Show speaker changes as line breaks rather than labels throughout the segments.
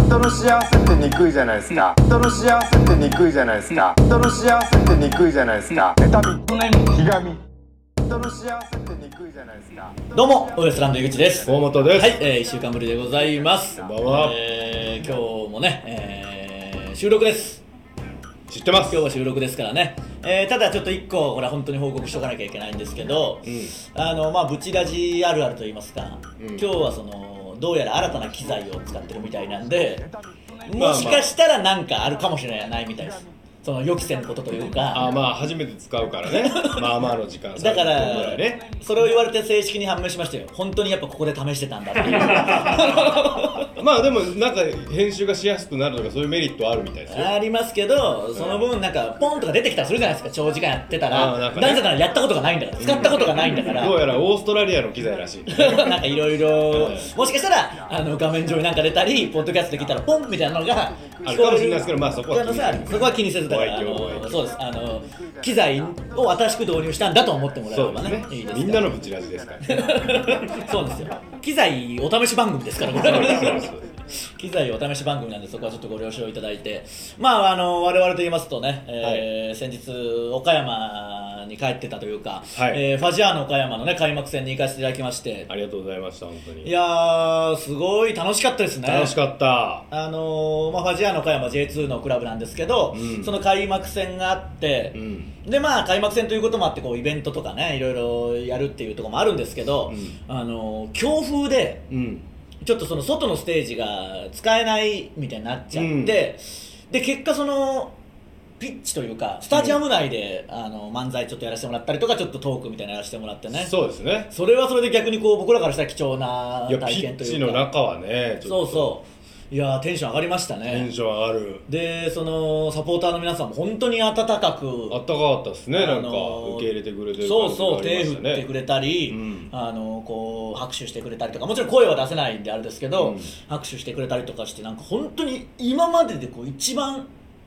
人の幸せってにくいじゃないですか人の幸せってにくいじゃないですか人の幸せってにくいじゃないですか妬みひがみ人の幸せってにくいじゃないですか
どうも、ウエストランド井口です。は
大本です、
い、えー、1週間ぶりでございます。
こんばんは
えー、今日もね、えー、収録です。
知ってます
今日は収録ですからね。えー、ただちょっと一個、ほら、本当に報告しとかなきゃいけないんですけど、あの、まあ、ブチラジあるあると言いますか、
うん
今日はその、どうやら新たな機材を使ってるみたいなんで、
まあ
もしかしたらなんかあるかもしれないみたいです。その予期せぬことという
あ
か、
ーまあ初めて使うか らねまあまあの時間
だか
30分ぐ
ら
らいね、
それを言われて正式に判明しましたよ。本当にやっぱここで試してたんだっていう。
まあでもなんか編集がしやすくなるとかそういうメリットはあるみたいですよ
ありますけど、その分なんかポンとか出てきたりするじゃないですか長時間やってた
あ
ら
ー
な
なんん
せ
かね
ならやったことがないんだから使ったことがないんだから
どうやらオーストラリアの機材らしい
なんかいろいろ
うん
もしかしたらあの画面上になんか出たりポッドキャストで聞いたらポンみたいなのが
あるかもしれないですけどまあそこは
可能性あるそこは気にせずだからあ
怖いよ怖い
の
よ
そうですあの機材を新しく導入したんだと思ってもらえ
そ
れ
う
ば
です
ね
ね
いいです
みんなのブチラジですからね
そうですよ機材お試し番組ですからこれ
そうそう
機材お試し番組なんでそこはちょっとご了承いただいてまああの我々と言いますとね、えー先日岡山に帰ってたというか、
はい
えーファジアーノ岡山のね開幕戦に行かせていただきまして
ありがとうございました本当
い
に
やーすごい楽しかったですね
楽しかった
あのーまあ、ファジアーノ岡山 J2 のクラブなんですけど、
うん
その開幕戦があって、
うん
でまあ開幕戦ということもあってこうイベントとかねいろいろやるっていうところもあるんですけど、
う
あのー強風で
うん
ちょっとその外のステージが使えないみたいになっちゃって、で結果そのピッチというかスタジアム内で、あの漫才ちょっとやらせてもらったりとかちょっとトークみたいなのやらせてもらってね
そうですね
それはそれで逆にこう僕らからしたら貴重ない
や
体
ピ
験
ッ
というか
チの中はねち
そ
ょっ
う
と
そういやーテンション上がりました
テン
ね
ション上がる
でそのサポーターの皆さんも本当に温かく
あったかかったですねなんか
あのー
受け入れてくれてる
そ
感
う
じ
そ
が
う
ありま
手振
したね
ってくれたり、
うん
あのこう拍手してくれたりとかもちろん声は出せないんであれですけど、
うん
拍手してくれたりとかしてなんか本当に今まででこう一番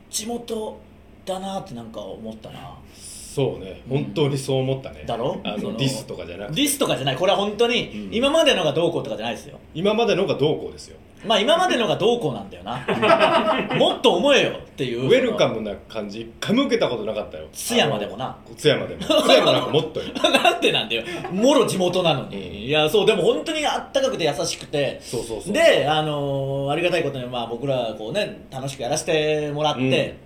地元だなってなんか思ったな
そうね本当にそう思ったね
だろ
あ
そ
の
の
ディスとかじゃなくて
ディスとかじゃないこれは本当に
うん
今までのがどうこうとかじゃないですよ
今までのがどうこうですよ
まあ今までのがどうこうなんだよ なもっと思えよっていう
ウェルカムな感じ一回も受けたことなかったよ
津山でもな
あの津山でも津山なんかもっとよ
なんでなんだよもろ地元なのに、
うん
いやそうでも本当にあったかくて優しくて
そうそうそう
で、あのーありがたいことに、まあ、僕らこう、ね、楽しくやらせてもらって、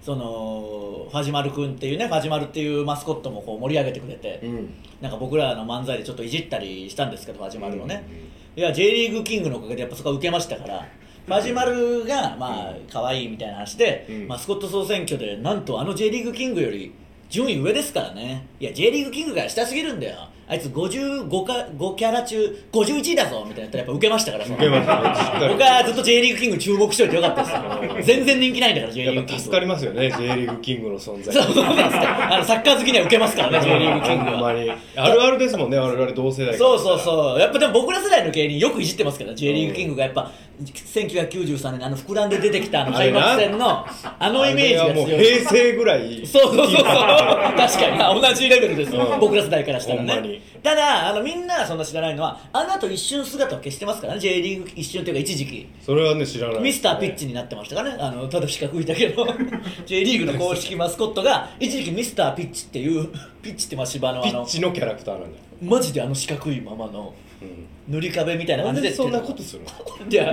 そのファジマルくんっていうねファジマルっていうマスコットもこう盛り上げてくれて、
うん
なんか僕らの漫才でちょっといじったりしたんですけどファジマルをね、いや J リーグキングのおかげでやっぱそこは受けましたからファジマルがまあ可愛いみたいな話で、
うん
マスコット総選挙でなんとあの J リーグキングより順位上ですからねいや J リーグキングが下すぎるんだよあいつ55か5キャラ中51位だぞみたいなやったらやっぱ受けましたからその
受けましたねしっかり
僕はずっと J リーグキング注目しといてよかったです全然人気ないんだから J リ
や
ー
っ
グ
ぱ
キング
助かりますよね J リーグキングの存在
そうそうなんですかあのサッカー好きには受けますからね J リーグキング
ほん
は
まにあるあるですもんね我々同世代
そうそう
う
そうやっぱでも僕ら世代の芸人よくいじってますけど J リーグキングがやっぱ1993年あの膨らんで出てきたあの開幕戦のあのイメージが
もう
強い
平成ぐらい
そうそうそうそう確かにな同じレベルです、
うん
僕ら世代からしたら
ほんまに
ねただあのみんなそんな知らないのはあの後一瞬姿を消してますからね J リーグ一瞬というか一時期
それはね知らない
ミスターピッチになってましたからね、あのただ四角いだけの J リーグの公式マスコットが一時期ミスターピッチっていうピッチってまあ芝の
ピ
あ
ッ
の
チのキャラクターなんだよ
マジであの四角いままの
うん
塗り壁みたいな
な
感
ん
じで
でそんなことするの
いや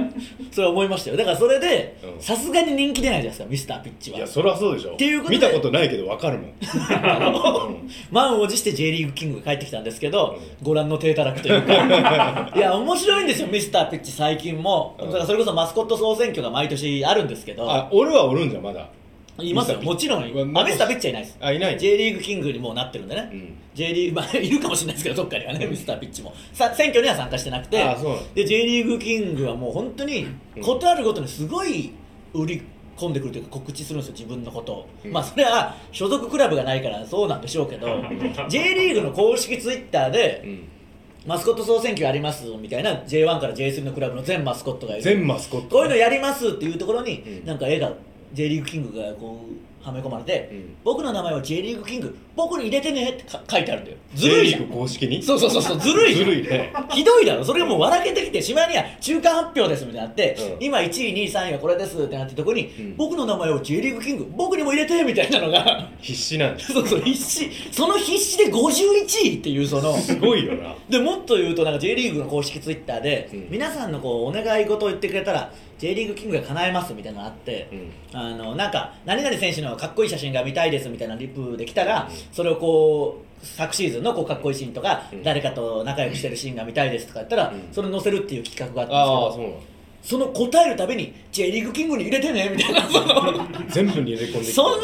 それは思いましたよだからそれで
うん
さすがに人気出ないじゃないですかミスターピッチはい
やそりゃそうでしょ
っていうことで
見たことないけどわかるもんうん
満を持して J リーグキングが帰ってきたんですけど、ご覧の手たらくという かいや面白いんですよミスターピッチ最近も、
うん
だからそれこそマスコット総選挙が毎年あるんですけど
あ俺はおるんじゃまだ
いますよ
ミスタ
も
ーピッチ
ちろん
う
あ
わ
ミスターピッチはいないです
あいない
J リーグキングにもうなってるんでね、
うん
J リーグ、まあ、いるかもしれないですけど、どっかにはね、ミスターピッチも。さ選挙には参加してなくて
あそうなの、
で、J リーグキングはもう本当に
う、ん
ことあるごとにすごい売り込んでくるというか、告知するんですよ、自分のことを。
うん
まあ、それは所属クラブがないからそうなんでしょうけ ど、J リーグの公式ツイッター
う
で、
ん
マスコット総選挙やりますみたいな、J1 から J3 のクラブの全マスコットがいる。
全マスコット
こういうのやりますっていうところに、
うん
なんか絵が J リーグキングがこうはめ込まれて、
うん
僕の名前は J リーグキング僕に入れてねってか書いてあるんだよず
J
るい
リ
じゃ
ーグ
ん
公式に
そうそうそうそうずるいじ
ず
ゃん
るいね
ひどいだろそれがもう笑けてきてしまいには中間発表ですみたいになって、
うん
今1位2位3位はこれですってなってとこに、
ん
僕の名前を J リーグキング僕にも入れてみたいなのが
必死なんです
そうそう必死その必死で51位っていうその
すごいよな
でもっと言うとなんか J リーグの公式ツイッターで、
うん
皆さんのこうお願い事を言ってくれたら J リーグキングが叶えますみたいなのがあって、あのなんか何々選手のかっこいい写真が見たいですみたいなリプできたら、それをこう昨シーズンのこうかっこいいシーンとか、
うん
誰かと仲良くしてるシーンが見たいですとか言ったら、
うん
それ載せるっていう企画が
あ
あ
あ
ったんですけど
そうなの
その答えるたびに J リーグキングに入れてねみたい なその
全部に入れ込んできた
そんな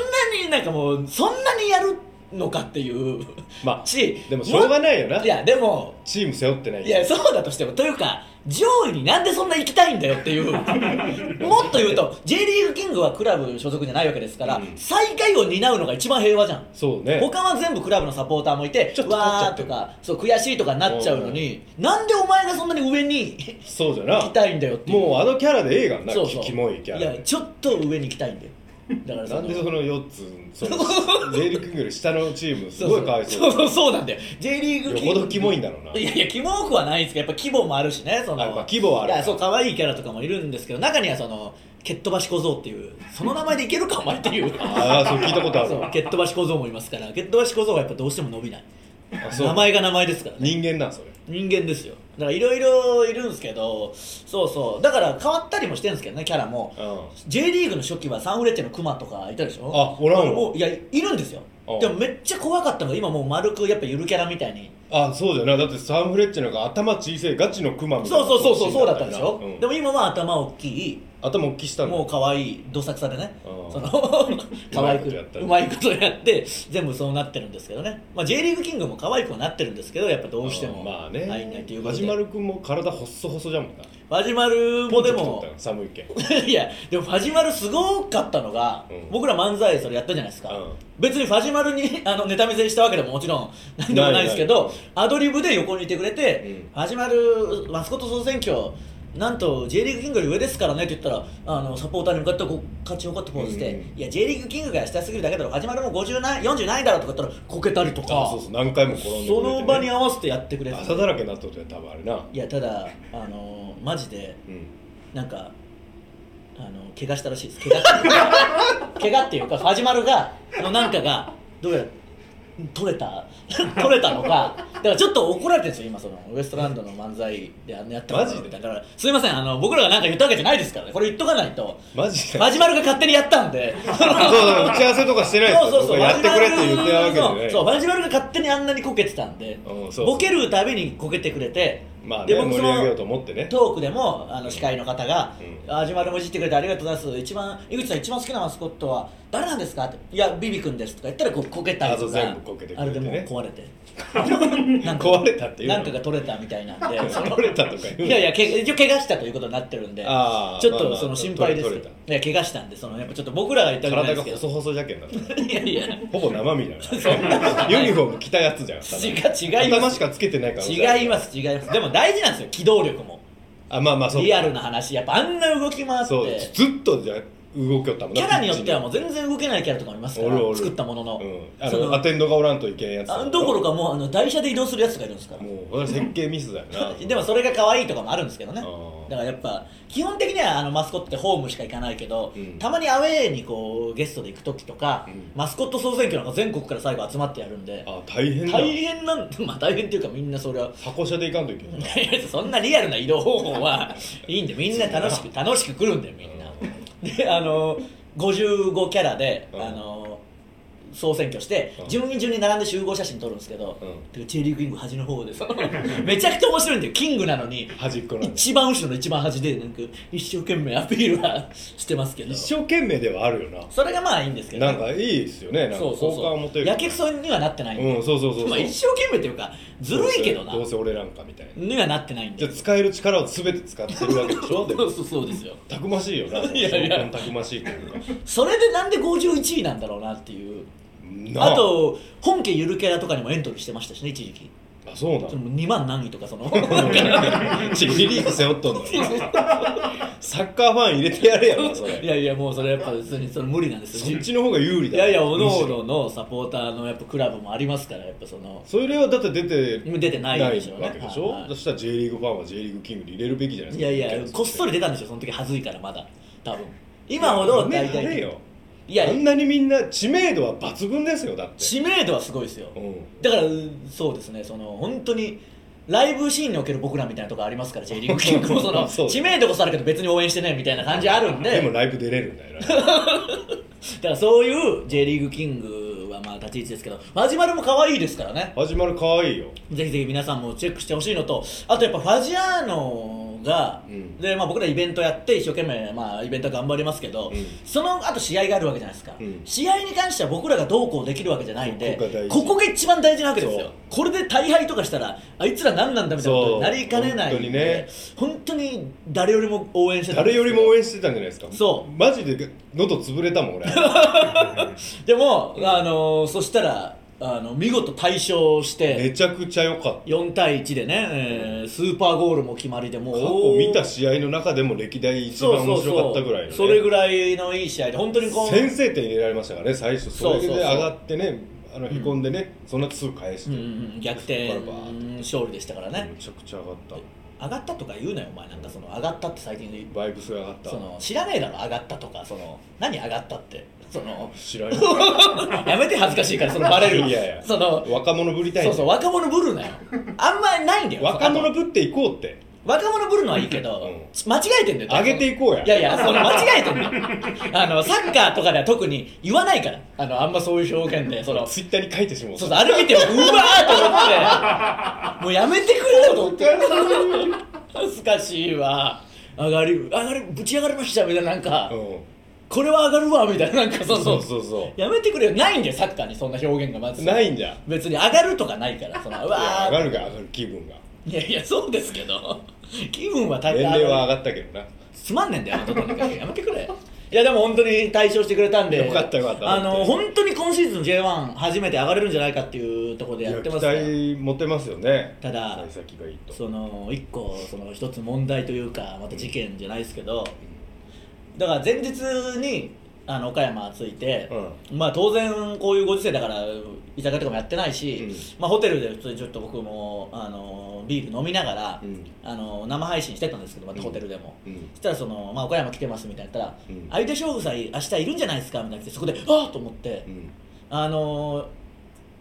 になんかもうそんなにやるのかっていう
まあ
し
でもしょうがないよない
やでも
チーム背負ってない
いやそうだとしてもというか上位になんでそんな行きたいんだよって いうもっと言うと J リーグキングはクラブ所属じゃないわけですから、
うん
最下位を担うのが一番平和じゃん
そうね
他は全部クラブのサポーターもいて
ちょっと勝っちゃ
わ
っ
ー
て
と
る
かそう悔しいとかになっちゃうのになんでお前がそんなに上に
そうじゃ
行
な
きたいんだよっていう
もうあのキャラで映画な
そうそう
キモいキャラ
やちょっと上に行きたいんだよだからそ
な
の
んでその4つそ の J リーグキングより下のチームす
そう
ごいかわい
そう
そう
そうそうなんだよ J リーグ
よほどキモいんだろうない
やいや、キモくはないんですけど、やっぱ規模もあるしね、その。
あまあ規模はある
いや、そう、可愛いキャラとかもいるんですけど、中にはその、蹴っ飛ばし小僧っていう、その名前でいけるか、お前っていう。
ああそう聞いたことある
そう、蹴っ飛ばし小僧もいますから、蹴っ飛ばし小僧はやっぱどうしても伸びない。
あそう
名前が名前ですからね。
人間なんそれ
人間ですよ。だから、いろいろいるんですけど、そうそう。だから、変わったりもしてるんですけどね、キャラも。
うん
J リーグの初期はサンフレッチェのクマとかいたでしょ
あおらんわ
もういやいるんですよ
あ
でもめっちゃ怖かったのが今もう丸くやっぱゆるキャラみたいに
あそうじゃなだってサンフレッチェなんか頭小さいガチのクマみたい
そ
な
うそうそうそうそうだったんでしょ、
うん
でも今は頭大きい
頭大きしたんだ
もう可愛いどさくさでね
うん
その可愛く
うまいことやったね
うまいことやって全部そうなってるんですけどね、まあ、J リーグキングも可愛くはなってるんですけどやっぱどうしても
あーまあね
入んないというこ
マ
と
ジ
で
マル君も体ほっそほそじゃもんな
マジマルもでも
ポンチョ着とったの寒いけ ん
いやでもファジマルすごかったのが、
うん
僕ら漫才それやったじゃないですか、
うん
別にファジマルに あのネタ見せしたわけでももちろん何でもないですけどアドリブで横にいてくれて、ファジマルマスコット総選挙なんと J リーグキングより上ですからねって言ったらあのサポーターに向かってこう勝ち誇ってポーズして、
うん
いや J リーグキングが下すぎるだけだろファジマルも50ない40ないだろとか言ったらこけたりとか
あそうそう何回も転んでくれてね
その場に合わせてやってくれて
朝だらけになっとるよ多分あれない
やただあのマジで
うん
なんかあの怪我したらしいです怪我っていう か怪我っていうか始まるがのなんかがどうやら取れた 取れたのかだからちょっと怒られてるんですよ今そのウエストランドの漫才であのやったこと
マジで
だからすいませんあの僕らが何か言ったわけじゃないですからねこれ言っとかないと
マジで
始まるが勝手にやったんで
そうだ打ち合わせとかしてないです
そ
よ
うそうそう
僕はやってくれって言ってるわけじゃない
そうそうマジマルが勝手にあんなにこけてたんで
うんそう
ボケるたびにこけてくれて
まあ
で
ね
僕
盛
そ
り
の
上げようと思ってね
トークでもあの司会の方が「
う
あじまるもいじってくれてありがとうございます」一番「井口さん一番好きなマスコットは誰なんですか?」って「いやビビ君です」とか言ったらこうこけたりとか
あそう全部こけてくれてね
あれでもう壊れて なんか
壊れたっていうの
なんかが取れたみたいなんで その
取れたとか言うの
いやいやけ一応怪我したということになってるんで
あー
ちょっ
まあま
と
あ
その心配です
取
け
れ
ど
た
いや怪我したんでそのやっぱちょっと僕らが言ったわけ
体
じ
が
ゃないで
細
すけど
細じゃけんな
いやいや
ほぼ 生身だからユニフォーム着たやつじゃ
違
ん
う違います
頭しかつけてないから
違います違いますでも大事なんですよ機動力も
あまあまあそう
リアルな話やっぱあんな動き回っ
そう
て
ずっとじゃ動きよったもん
キ
な
ャラによってはもう全然動けないキャラとかもいますか
おるお
ら
る
作ったものの,、
うん、あ
その
のアテンドがおらんといけんやつ
あどころかもうあの台車で移動するやつとかいるんです から
もうこれ設計ミスだよな
でもそれが可愛いとかもあるんですけどね
あー
だからやっぱ基本的にはあのマスコットってホームしか行かないけど、
うん
たまにアウェーにこうゲストで行く時とか、
うん
マスコット総選挙なんか全国から最後集まってやるんで
あ大変だ
大変なん まあ大変っていうかみんなそれは
箱車でいかんといけんない
や そんなリアルな移動方法はいいんでみんな楽しく楽しく来るんだよみんなであの55キャラで、
うん
あの総選挙して、
うん
順に順に並んで集合写真撮るんですけど、
うん
で J リーグキング端の方でさめちゃくちゃ面白いんだよキングなのに
端っこなんで
一番後ろの一番端でなんか一生懸命アピールはしてますけど
一生懸命ではあるよな
それがまあいいんですけど
な
ね、
んかいいですよねなんか
そうそう
好感を持
そ
て
う
る
やけくそにはなってないんで、
うんそうそうそう
ま
そ
あ
う
一生懸命というかずるいけどな
どうせ俺なんかみたいな
にはなってないんで
じゃあ使える力を全て使ってるわけでし ょで
そ
も
うそうそうですよ
たくましいよない
やいや
証拠のたくましいというか
それでなんで51位なんだろうなっていう
な
あと本家ゆるキャラとかにもエントリーしてましたしね一時期
あそうな
そ
の
の2万何位とかそ の
ちぎり背負っとんのサッカーファン入れてやれやろそ
い
れ
やいやもうそれやっぱ別にその無理なんです
そ
よ
っちの方が有利
い
だ
やいやおのお
むし
の
ろ
のサポーターのやっぱクラブもありますからやっぱその
それはだって出て
今出てない
ないわけ
で
で
し
し
ょ
ょ、
うねはいはい
そしたら J リーグファンは J リーグキングに入れるべきじゃない
い
で
や
すか
いやこっそり出たんでしょその時恥ずいからまだ多分今ほど
大
大
体
体
よ
いや
あんなにみんな知名度は抜群ですよだって
知名度はすごいですよ
うん
だからそうですねその本当にライブシーンにおける僕らみたいなとこありますから J リーグキングもその
そう
知名度こそあるけど別に応援してないみたいな感じあるんで
でもライブ出れるんだよな
だからそういう J リーグキングはまあ立ち位置ですけどマジマルも可愛いですからね
始まる可愛いよ
ぜひぜひ皆さんもチェックしてほしいのとあとやっぱファジアーノが、
うん
でまあ、僕らイベントやって一生懸命、まあ、イベントは頑張りますけど、
うん
その後試合があるわけじゃないですか、
うん
試合に関しては僕らがどうこうできるわけじゃないんで
ここが大事
ここが一番大事なわけです
そ
よ
う
これで大敗とかしたらあいつら何なんだみたいなことになりかねないんで本当に,、誰よりも応援してたんです
誰
けど
よりも応援してたんじゃないですか
そう
マジで喉潰れたもん 俺
でも、あのーそしたらあの見事大勝し
め
て
ちゃくちゃ良かった
4対1でね、えースーパーゴールも決まりでもう
過去見た試合の中でも歴代一番面白かったぐらいの、ね、
そうそうそうそれぐらいのいい試合で本当にこう
先制点入れられましたからね最初それで
そうそうそう
上がってねあのへこんでね、そんなすぐ返し
うん
て、
うんうん逆転
バラバラって
勝利でしたからね
めちゃくちゃ上がった
上がったとか言うなよお前なんかその上がったって最近言う
バイブスが上がった
その知らねえだろ上がったとかその何上がったってその
知らな
やめて恥ずかしいからそのバレる
いやいや
その
い若者ぶりたい
そ
ね
うそう若者ぶるなよあんまりないんだよ
若者ぶっていこうって
若者ぶるのはいいけど、
うん
ち間違えてんだよ
上げていこうや
いやいやその間違えてんだよあのサッカーとかでは特に言わないからあのあんまそういう表現でその
ツイッターに書いてしまおう
そうそうあれ見てうわーと思ってもうやめてくれよと思って恥ずかしいわ上がり上がりぶち上がりましたみたいななんか、
うん
これは上がるわみたいななんかそうそう
そうそうそう
やめてくれよないんだよサッカーにそんな表現がまず
ないんじゃい
別に上がるとかないからそのうわ
や
ー
上がるが上がる気分が
いやいやそうですけど気分は大
年
変
齢は上がったけどな
つまんねえんだよ、あのとにかくやめてくれ。いやでも本当に対象してくれたんで、
よかったよかった
あの本当に今シーズン J1 初めて上がれるんじゃないかっていうところでやってますから
いや期待持てますよね
ただ
幸先がいいと
その一個その一つ問題というかまた事件じゃないですけど、だから前日にあの岡山着いて、まあ当然こういうご時世だから居酒屋とかもやってないし、まあホテルで普通にちょっと僕もあのビール飲みながら、
うん
あの生配信してたんですけどまたホテルでも。
うんうん
そしたらその、まあ、岡山来てますみたいな言ったら
うん
「相手勝負祭明日いるんじゃないですか」みたいな来てそこで「あっ!」と思って「
うん
あのー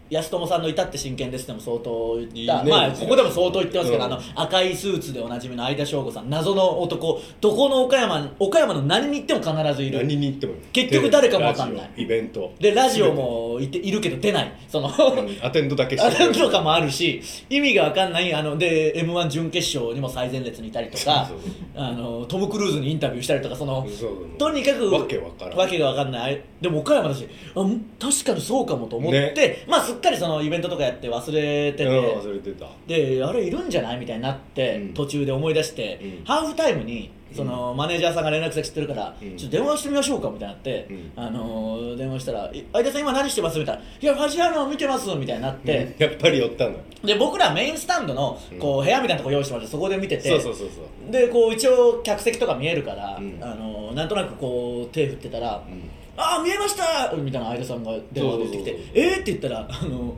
安友さんのいたって真剣です」でも相当言った
いいね
まあ、ここでも相当言ってますけど、
うん
あの赤いスーツでおなじみの相田翔吾さん謎の男どこの岡山岡山の何に行っても必ずいる
何に行っても
結局誰かもわかんない
テレビラジオイベント
でラジオもいているけど出ないその、
うんアテンドだけ
あれとかもあるし意味がわかんないあので m 1準決勝にも最前列にいたりとか
そうそう
あのトム・クルーズにインタビューしたりとかその
そうそう
とにかく
わけわからん
わけがわかんないあれでも岡山だしあん確かにそうかもと思って、
ね
まあすっかりそのイベントとかやって忘れてて、
うん忘れてた
であれいるんじゃないみたいになって、
うん
途中で思い出して、
うん
ハーフタイムにその、マネージャーさんが連絡先知ってるから、
うん
ちょっと電話してみましょうかみたいになって、
うん
あのー電話したら「相田さん今何してます?」みたいな「いやファジアーノ見てます」みたいになって、
やっぱり寄ったの
で僕らメインスタンドのこう、部屋みたいなとこ用意してもらってそこで見てて
そうそうそうそう
でこう一応客席とか見えるから、
うん
あのなんとなくこう手振ってたら「ああ見えました!」みたいな相田さんが電話で言ってき
そう
て
そうそうそう
「えっ?」って言ったらあの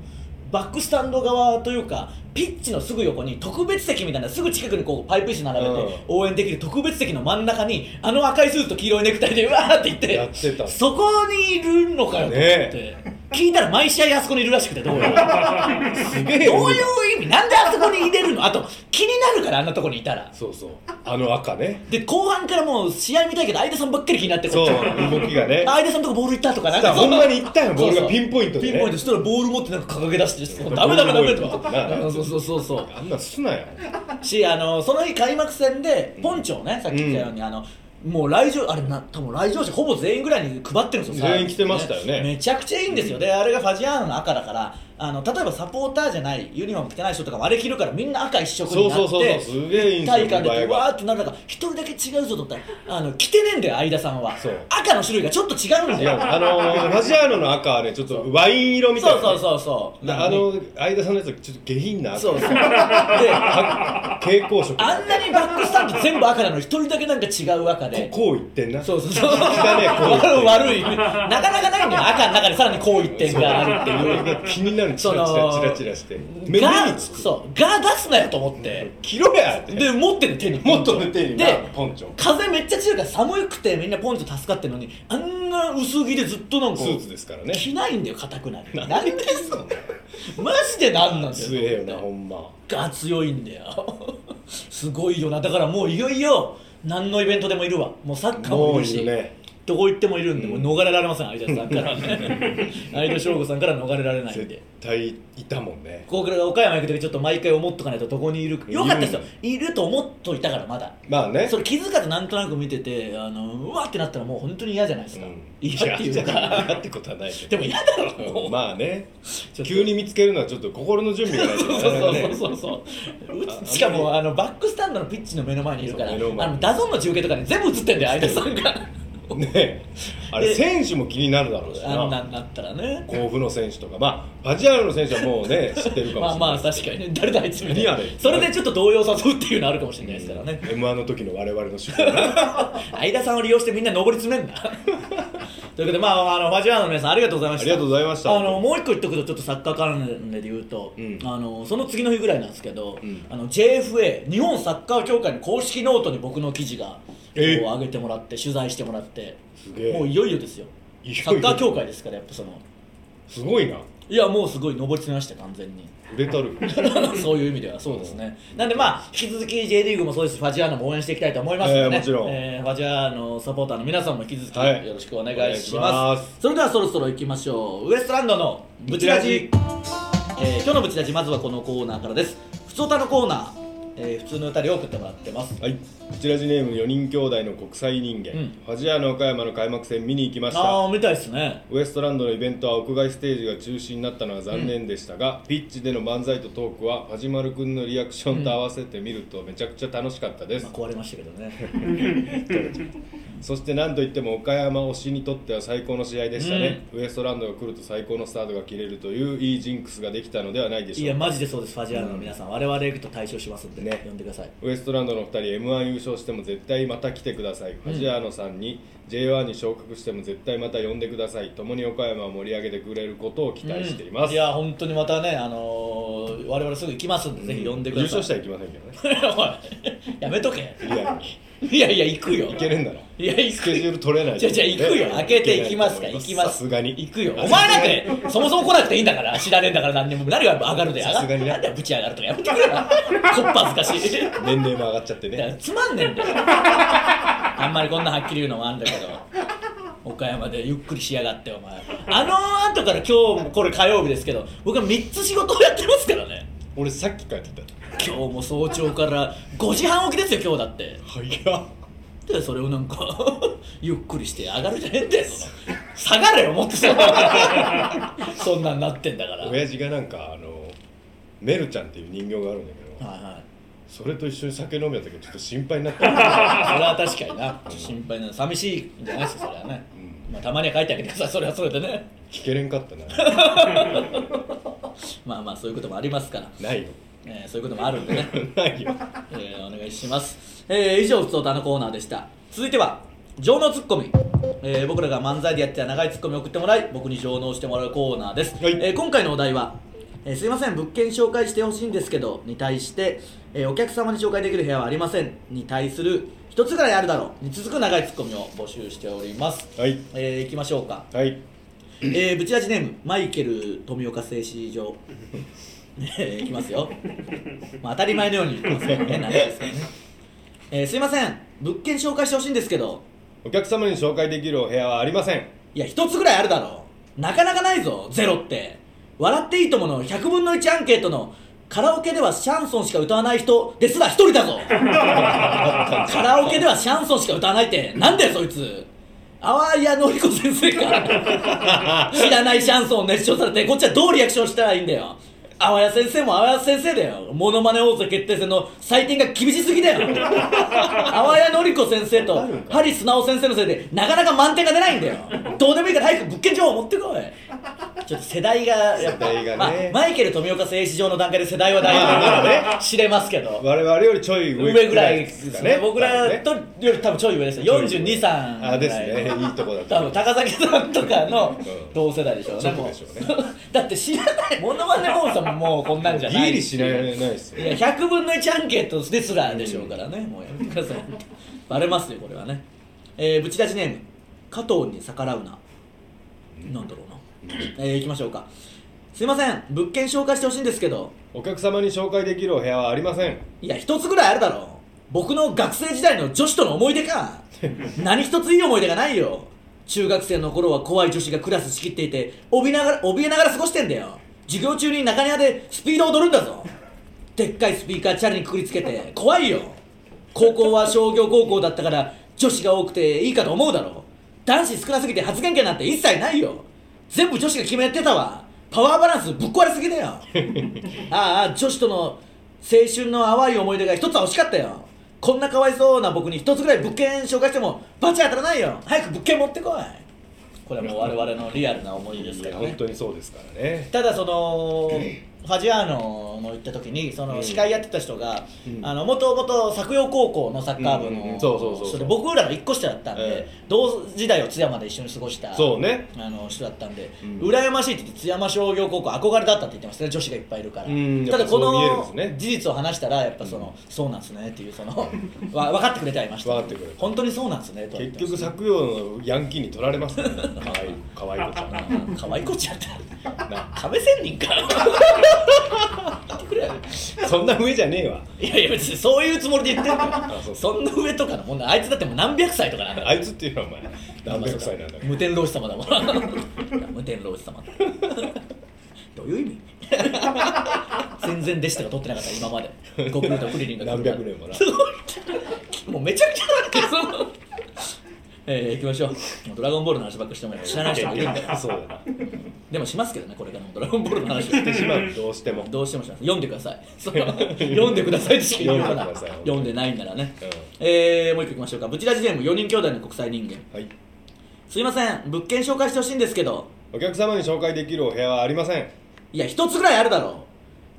バックスタンド側というかピッチのすぐ横に特別席みたいなすぐ近くにこうパイプ椅子並べて、
うん
応援できる特別席の真ん中にあの赤いスーツと黄色いネクタイでうわーって言って
やってた
そこにいるのかよと思って、聞いたら毎試合あそこにいるらしくてどうよ
すげえ
どういう意味なんであそこに入れるのあと気になるからあんなとこにいたら
そうそうあの赤ね
で後半からもう試合見たいけど相田さんばっかり気になってこ
そ
っ
う
ち
動きがね
相田さんとこボールいったとかなんか
だからほんまに行ったよボールがピンポイント
で、
でね
ピンポイントしたらボール持ってなんか掲げ出してもうダメダメダメとか
ボール持っ
そ
て
うそうそうそう
あんなんすなよ
しあのその日開幕戦でポンチョをねさっき言ったように、あのもう来場あれな多分来場者ほぼ全員ぐらいに配ってるんですよ
全員着てましたよね
めちゃくちゃいいんですよ、であれがファジアーノの赤だからあの例えばサポーターじゃないユニフォーム着てない人とかもあれ着るからみんな赤一色
そ
に
う
な
そう
っ
そうそう
て
すげえいいんですよ
体感で
見栄えが
わーってなる中一人だけ違うぞと思ったらあの着てねえんだよ相田さんは
そう
赤の種類がちょっと違うんだ
違う
よ
あのー、ラジアーノの赤はねちょっとワイン色みたい
そう
な
そうそうそう
であの相田さんのやつはちょっと下品な赤
そうそうで
は蛍光色
あんなにバックスタンド全部赤なのに一人だけなんか違う赤で
こう言ってんな
そうそうそう
ねこう言って
悪い悪いなかなかないんだよ赤の中にさらにこう一点があるっていう
気になるチラチラチラチラして目
が
目につく
そうが出すなよと思って
切ろやって
で持ってる手に
もっと寝てにな
で
ポンチョ
風めっちゃ強いから寒くてみんなポンチョ助かってるのにあんな薄着でずっとなんか
スーツですからね
着ないんだよ硬くなるなんでそんなマジでなんなんだよ
強えよなほんま
が強いんだよ すごいよなだからもういよいよ何のイベントでもいるわもうサッカーもいるし
もういるね
どこ行ってもいるんで、もう逃れられません相田さん からね相田翔吾さんから逃れられないん
絶
で
対いたもんね
ここから岡山行く時ちょっと毎回思っとかないとどこにいるか
いる
よかったですよいると思っといたからまだ
まあね
それ気づかずなんとなく見ててあのうわってなったらもう本当に嫌じゃないですか、
うん
嫌っていうか
嫌ってことはないけ
で
ど
も嫌だろもう
うんまあね
ちょっと
急に見つけるのはちょっと心の準備がないと
そうそう
なかなかね
そうそうそううちしかもあのバックスタンドのピッチの目の前にいるからあ
そう目の前に
のダゾンの中継とかに全部映ってんだよ相田さんが
ねあれ
で
選手も気になるだろうし
あんな
なん
なったらね
甲府の選手とかまあファジアールの選手はも うね知ってるかもしれな
ま
い
あまあ確かにね誰だあいつみたい
何あ
な
れ
それでちょっと動揺誘うっていうのあるかもしれないですからね
M1 の時の我々の 主張ね
相田さんを利用してみんな上り詰めんな ということでまああのファジアーノの皆さんありがとうございました
ありがとうございました
あのもう一個言っとくとちょっとサッカー関連で言うと、
うん
あのその次の日ぐらいなんですけど、
うん
あの JFA 日本サッカー協会の公式ノートに僕の記事が
え
こう上げてもらって取材してもらって
すげえ
もういよいよですよ
いよいよ
サッカー協会ですからやっぱその
すごいない
やもうすごい上り詰めました完全に
売れたる
そういう意味ではそうですね、なんでまあ引き続き J リーグもそうですしファジアーノも応援していきたいと思いますので、ね
ええもちろん
えーファジアーノサポーターの皆さんも引き続きよ
はい
ろしくお願いします,、
お願いします
それではそろそろ行きましょうウエストランドのブチラジえー今日のブチラジまずはこのコーナーからです普通歌のコーナー、えー普通の歌で送ってもらってます
はいこちらジネーム4人兄弟の国際人間、
うん
ファジアーノ岡山の開幕戦見に行きました
ああ見たいですね
ウエストランドのイベントは屋外ステージが中止になったのは残念でしたが、ピッチでの漫才とトークはパジマル君のリアクションと合わせてみるとめちゃくちゃ楽しかったです
まあ、壊れましたけどね
そして何といっても岡山推しにとっては最高の試合でしたね、ウエストランドが来ると最高のスタートが切れるといういいジンクスができたのではないで
い
しょ
や
うか
マジでそうですファジアーノの皆さん、我々行くと対象しますんで、
ね
呼んでください
ウエストランドの2人 m 1優勝しても絶対また来てください、ファジアーノさんに J1 に昇格しても絶対また呼んでください共に岡山を盛り上げてくれることを期待しています、
いや本当にまたね、あのー、我々すぐ行きますんで、ぜひ呼んでく
優
ださい
勝したらいきませんけどね
おいやめとけ
リアルに
いやいや行くよ
いけねえんだろ
いや行
ス
く
ケジュー
よ
ル取れない
じゃあじゃあ行くよ
ね
開けて行きますか行
いけないと思
き
い
ます
さすがに
行くよお前なんかねそもそも来なくていいんだから知らねえんだから何にも何が上がるで
さすがにね
なんだよぶち上がるとかやめてくれよこっぱ恥ずかしい
年齢も上がっちゃって
いや
ね
つまんねえん だよあんまりこんなはっきり言うのもあんだけど岡山でゆっくりしやがってお前あの後から今日もこれ火曜日ですけど僕は3つ仕事をやってますからね
俺さっき帰ってきた
今日も早朝から5時半起きですよ今日だって
早っ
でそれをなんか ゆっくりして上がるじゃねえんだよその下がれよもっとそ そんなんなってんだからはい
親父がなんかあのメルちゃんっていう人形があるんだけど
はい
それと一緒に酒飲むやつだけどちょっと心配になった
それは確かにな心配な寂しいんじゃないですかそれはね、まあ、たまには書いてあげてくださいそれはそれでね
聞けれんかった な
まあまあそういうこともありますから、
ないよ
えーそういうこともあるんでね、
ないよ
えーお願いします、えー以上「ふつおた」のコーナーでした続いては情のツッコミ、えー僕らが漫才でやってた長いツッコミを送ってもらい僕に情能してもらうコーナーです、
はい
えー今回のお題は、えーすいません物件紹介してほしいんですけど」に対して、えーお客様に紹介できる部屋はありません」に対する「一つぐらいあるだろう」に続く長いツッコミを募集しております、
はい
えーいきましょうか
はい
えー、ブチラジネームマイケル富岡製糸場 えーいきますよ、まあ、当たり前のようにいきますよね何ですかね、えーすいません物件紹介してほしいんですけど
お客様に紹介できるお部屋はありません
いや一つぐらいあるだろうなかなかないぞゼロって笑っていいともの100分の1アンケートのカラオケではシャンソンしか歌わない人ですら一人だぞカラオケではシャンソンしか歌わないってなんだよそいつ淡谷のり子先生から知らないシャンソンを熱唱されてこっちはどうリアクションしたらいいんだよ淡谷先生も淡谷先生だよモノマネ王座決定戦の採点が厳しすぎだよ淡谷のり子先生とハリスナオ先生のせいでなかなか満点が出ないんだよどうでもいいから早く物件情報持ってこいちょっと世代がやっぱ
世代がね
まあマイケル富岡製糸場の段階で世代はだいぶ、知れますけど
我々よりちょい上
上ぐらいですね僕らと
ね
より多分ちょい上ですよ42三
あですねいいとこだ
多分高崎さんとかの
うん
同世代でしょうねもう
直でしょう
だって知らないものまね王さんももうこんなんじゃ
ギ
ない
リしないないですよ
いや100分の1アンケートですらでしょうからね、もうやめてくださいバレますよこれはねえー、ぶち出しネーム加藤に逆らうな、なんだろうなえー、いきましょうかすいません物件紹介してほしいんですけど
お客様に紹介できるお部屋はありません
いや一つぐらいあるだろ僕の学生時代の女子との思い出か何一ついい思い出がないよ中学生の頃は怖い女子がクラス仕切っていて怯えながら怯えながら過ごしてんだよ授業中に中庭でスピード踊るんだぞでっかいスピーカーチャリにくくりつけて怖いよ高校は商業高校だったから女子が多くていいかと思うだろ男子少なすぎて発言権なんて一切ないよ全部女子が決めてたわパワーバランスぶっ壊れすぎだよああ女子との青春の淡い思い出が一つは欲しかったよこんなかわいそうな僕に一つぐらい物件紹介してもバチ当たらないよ早く物件持ってこいこれはもう我々のリアルな思いですからね
本当にそうですからね
ただそのファジアーノの行った時にその司会やってた人が
うん
あの元々作陽高校のサッカー部
うんうんう
の
んそうそうそうそう
人で僕らの1個下だったんで
え
同時代を津山で一緒に過ごした
そうね
あの人だったんで
うん
羨ましいって言って津山商業高校憧れだったって言ってますね女子がいっぱいいるから
うん
ただこ
やっぱそう見えるん
の
ですね
事実を話したらやっぱそのそうなんですねっていうそのわ分かってくれてはいました
分かってくれた
本当にそうなんですねとは言って
結
ま
局
した
作業のヤンキーに取られます ねかわいいかわいい子ちゃ
うん可愛い子ちゃんって
んな
亀仙人か言ってくれよ
そんな上じゃねえわ
いやいや別にそういうつもりで言ってるから
そう
そんな上とかのもんなあいつだってもう何百歳とかなんだから
あいつっていうのはお前何百歳なんだけど
無天老師様だもんいや無天老師様どういう意味全然弟子とか取ってなかった今まで悟空とクリリンが来
何
るま
百
で
年もな
すごいもうめちゃくちゃだってそのえー、行きましょうもうドラゴンボールの話ばっかりしても知らない人もいるんだよ
そうだな
でもしますけどねこれからもドラゴンボールの話は
してしまうどうしても
どうしてもします読んでくださいその読んでくださいってしか言うから
読んでください
読んでないんならね、
うん
えー、もう一個いきましょうかブチラジネーム4人兄弟の国際人間
はい
すいません物件紹介してほしいんですけど
お客様に紹介できるお部屋はありません
いや一つぐらいあるだろ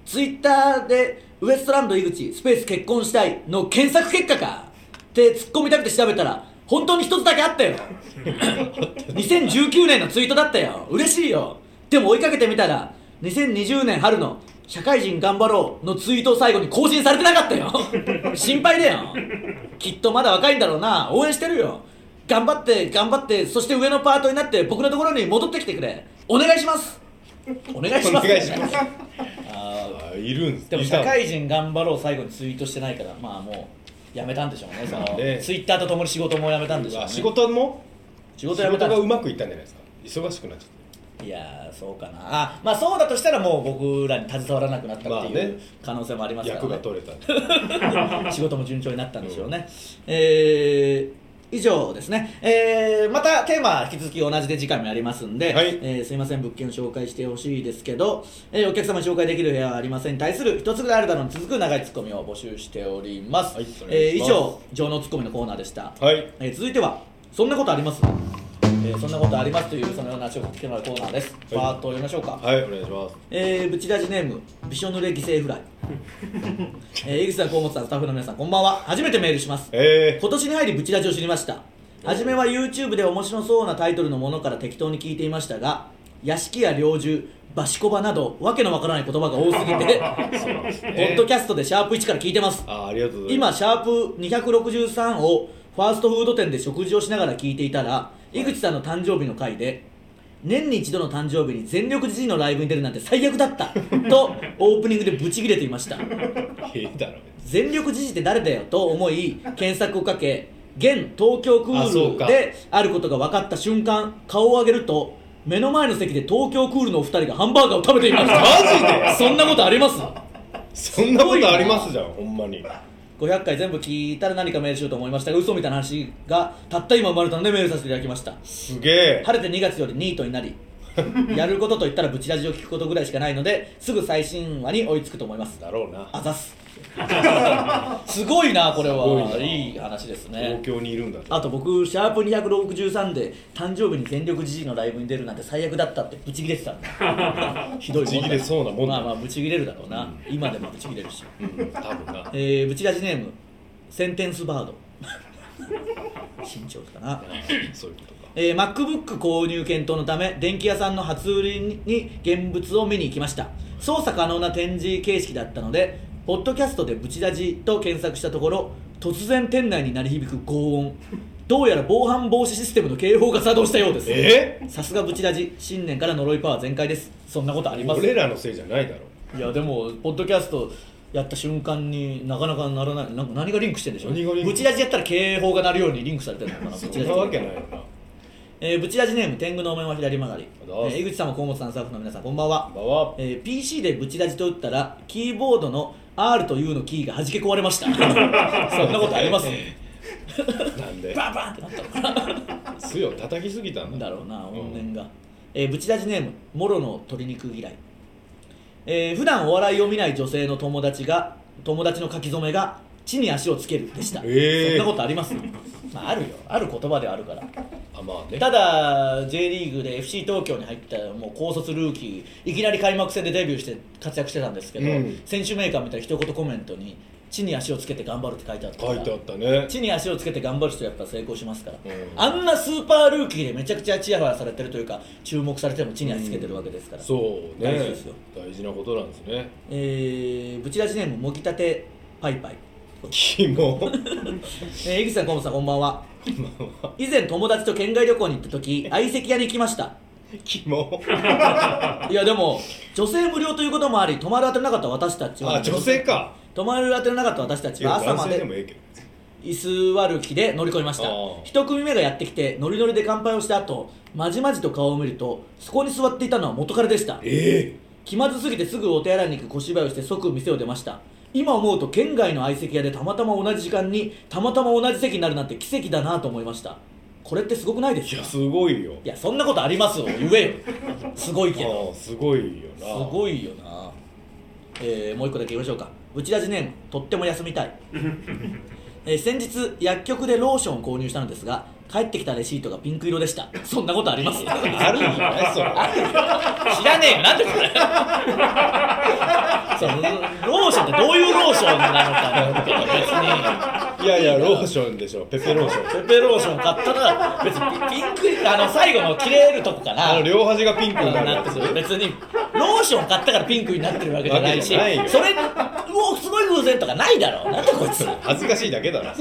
うツイッターでウエストランド井口スペース結婚したいの検索結果かって突っ込みたくて調べたら本当に一つだけあったよ2019年のツイートだったよ嬉しいよでも追いかけてみたら2020年春の社会人頑張ろうのツイートを最後に更新されてなかったよ心配だよきっとまだ若いんだろうな応援してるよ頑張って頑張ってそして上のパートになって僕のところに戻ってきてくれお願いしますお願いし
お
ます
願いします
あ
あいるんです
ーでも
いた
社
の
会人頑張ろう最後にツイートしてないからまあもうやめたんでしょうねその
ね
ツイッターとともに仕事もやめたんでしょうね
あ仕事も
仕
仕
事
事
やめたんで
が
しょ
うまくいったんじゃないですか忙しくなっちゃって
いやーそうかなあまあそうだとしたらもう僕らに携わらなくなったって
まあ
い
ね
う可能性もありますから、
役
ね
が取れたんで
仕事も順調になったんでしょうね、えー以上ですね、えーまたテーマ引き続き同じで次回もやりますんで、
はい
えーすいません物件を紹介してほしいですけど、えーお客様に紹介できる部屋はありませんに対する一つぐらいあるだろうに続く長いツッコミを募集しております,、
はいお願いします
えー以上情のツッコミのコーナーでした、
はい
えー続いてはそんなことあります、えーそんなことありますというそのような話を聞いてもらうコーナーです、
はい
パーッと読みましょうか
はいお願いします
えー、ブチラジネームびしょ濡れ犠牲フライ、えー、井口さん河本さんスタッフの皆さんこんばんは初めてメールします
え
今年に入りブチラジを知りました初めは YouTube で面白そうなタイトルのものから適当に聞いていましたが屋敷や猟銃バシコバなどわけのわからない言葉が多すぎてポッドキャストでシャープ1から聞いてます
ー、あありがとうございます
今シャープ263をファーストフード店で食事をしながら聞いていたら井口さんの誕生日の回で年に一度の誕生日に全力じじいのライブに出るなんて最悪だった とオープニングでブチギレていました
いいだろ
全力じじいって誰だよと思い検索をかけ現東京ク
あそ
ー
う
ル
か
であることが分かった瞬間顔を上げると目の前の席で東京クールのお二人がハンバーガーを食べていました
マジで
そんなことあります
そんなことありますじゃんほんまに
500回全部聞いたら何かメールしようと思いましたが嘘みたいな話がたった今生まれたのでメールさせていただきました
すげえ
晴れて2月よりニートにな りやることといったらブチラジを聞くことぐらいしかないのですぐ最新話に追いつくと思います
だろうな
あざっ すすごいなこれ
すごいな
はいい話ですね
東京にいるんだと
あと僕シャープ263で誕生日に全力じじいのライブに出るなんて最悪だったってブチギレてたんだ ひどいもんだ
ブチギレそうなもんだ
まあまあブチギレるだろうな、今でもブチギレるし
うん多分な
えー、ブチラジネームセンテンスバード 身長かな
そういうこと か
えー MacBook 購入検討のため電気屋さんの初売りに現物を見に行きました操作可能な展示形式だったのでポッドキャストで「ブチラジ」と検索したところ突然店内に鳴り響く轟音どうやら防犯防止システムの警報が作動したようです
え
さすがブチラジ新年から呪いパワー全開ですそんなことあります
俺らのせいじゃないだろ
いやでもポッドキャストやった瞬間になかなかならないなんか何がリンクしてんでしょ
何がリンク
ブチラジやったら警報が鳴るようにリンクされてるのかなブ
そ
チ
ん
ラジ
なわけないよな
えー、ブチラジネーム天狗のお面は左曲がり、え
どうぞ
ー、江口さんも河本さんスタッフの皆さんこんばんは
こん、ばんは
えー PC でブチラジと打ったらキーボードの R と U のキーが弾け壊れ ましたそんなことあります
なんで
バンバンってなったのか
巣を叩きすぎたん
な
だ
だろうな
うん
怨念が、えー、ブチラジネームもろの鶏肉嫌い、えー、普段お笑いを見ない女性の友達が友達の書き初めが地に足をつけるでした、
え
そ
ー
んなことあり ます、まあ、あるよある言葉ではあるから
あまあね
ただ J リーグで FC 東京に入ったもう高卒ルーキーいきなり開幕戦でデビューして活躍してたんですけど、
うん
選手メーカーみたいな一言コメントに「地に足をつけて頑張る」って書いてあったか
書
ら
いてあったね
地に足をつけて頑張る人やっぱ成功しますから、
うん
あんなスーパールーキーでめちゃくちゃチヤホヤされてるというか注目されても地に足つけてるわけですから、
そう
大
ね
事ですよ
大事なことなんですね
えー、ブチラジネームもぎたてパイパイ、
キモ
えー、江口さん河本さんこんばんは以前友達と県外旅行に行った時相席屋に行きま した
キ モ
いやでも女性無料ということもあり泊まる当てのなかった私たちは
あ女性か
泊まる当てのなかった私た
い
ち
や
は朝ま
男性でも
で
ええけど
居座る気で乗り込みました
あー
一組目がやってきてノリノリで乾杯をした後まじまじと顔を見るとそこに座っていたのは元彼でした
え
気まずすぎてすぐお手洗いに行く小芝居をして即店を出ました今思うと県外の相席屋でたまたま同じ時間にたまたま同じ席になるなんて奇跡だなと思いましたこれってすごくないで
え
す
いや
か
すごいよ
いやそんなことありますよ言えよすごいけど
ああすごいよ
す
な
ごいよな、えーもう一個だけ言いましょうかブチラジネームとっても休みた い、えー先日薬局でローションを購入したのですが帰ってきたレシートがピンク色でしたそんなことあります
あるんじゃないそれ
あるよ知らねえよなんで これそうローションってどういうローションなのかなって別に
いやいやローションでしょペペローション
ペペローション買ったら別にピンクあの最後の切れるとこかな
あの両端がピンクになる
な
や
って
つ
る別にローション買ったからピンクになってるわけじゃないし
わけじゃないよ
それもうすごい偶然とかないだろうなんでこいつ
恥ずかしいだけだな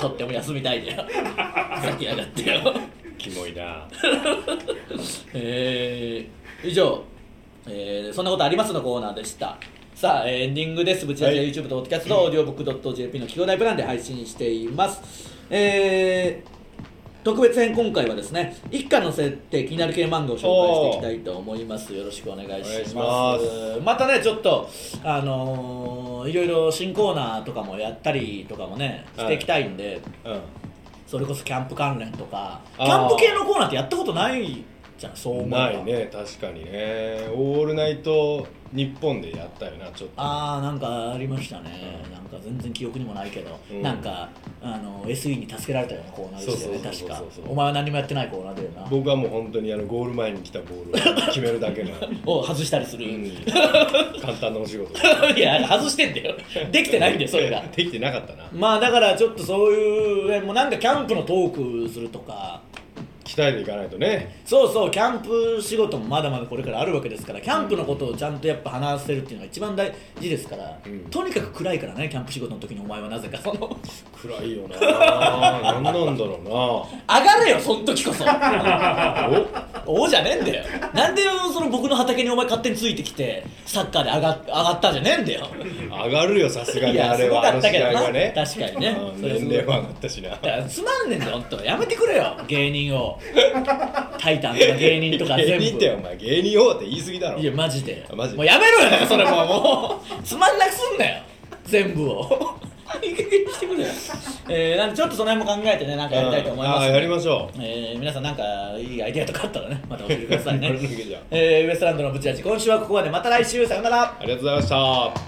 とっても休みたいだよ先上がってよ
キモいな
えー、以上、えーそんなことありますのコーナーでしたさあ、えーエンディングです。ぶちラジは
はい
YouTube と Podcast と audiobook.jp の企業内プランで配信しています。えー特別編今回はですね一巻の設定気になる系漫画を紹介していきたいと思いますよろしくお願いします
お願いし
またねちょっとあのーいろいろ新コーナーとかもやったりとかもねしていきたいんで、
うん
それこそキャンプ関連とかキ
あー
ャンプ系のコーナーってやったことないじゃんそう思えば
ないね確かにね「オールナイト日本でやったよなちょっと
ああなんかありましたね、なんか全然記憶にもないけど、
うん
なんかあの SE に助けられたようなコーナーでしたよね
そうそうそうそうそう
確かお前は何もやってないコーナーだよな
僕はもう本当にあのゴール前に来たボールを 決めるだけの、
を外したりす
う
る、 い
ん、簡単なお仕事
やあれ外してん だよできてないんだよそれが
できてなかったな
まあだからちょっとそういうえもうなんかキャンプのトークするとか
鍛えていかないとね
そうそうキャンプ仕事もまだまだこれからあるわけですからキャンプのことをちゃんとやっぱ話せるっていうのが一番大事ですから、
うん
とにかく暗いからねキャンプ仕事の時にお前はなぜかその
暗いよな何なんだろ
上がれよその時こそう
なお
おじゃねえんだよなんでその僕の畑にお前勝手についてきてサッカーで上が上がったんじゃねえんだよ
上がるよさすが
い
にあ
や
れ
すご
はあ
か
の
った
試
けど
合
な
がね
確かにね
うん
それす
年
ごい
齢は上がったしな
だからつまんねえんだよ本当やめてくれよ芸人 をタイタンとか芸人とか全
芸
部
人ってお前芸人王って言い過ぎだろ
いやマジで
あマジで
もうやめろよだからそれもうもうつまんなくすんなよ全部をしてくれよ、えー、なんでちょっとその辺も考えてねなんかやりたいと思います
あ
ん
ー
で
やりましょう
えー皆さんなんかいいアイデアとかあったらねまた教え てくださいね
これだけじゃ、
えーウエストランドのブチラジ今週はここまでまた来週さようなら
ありがとうございました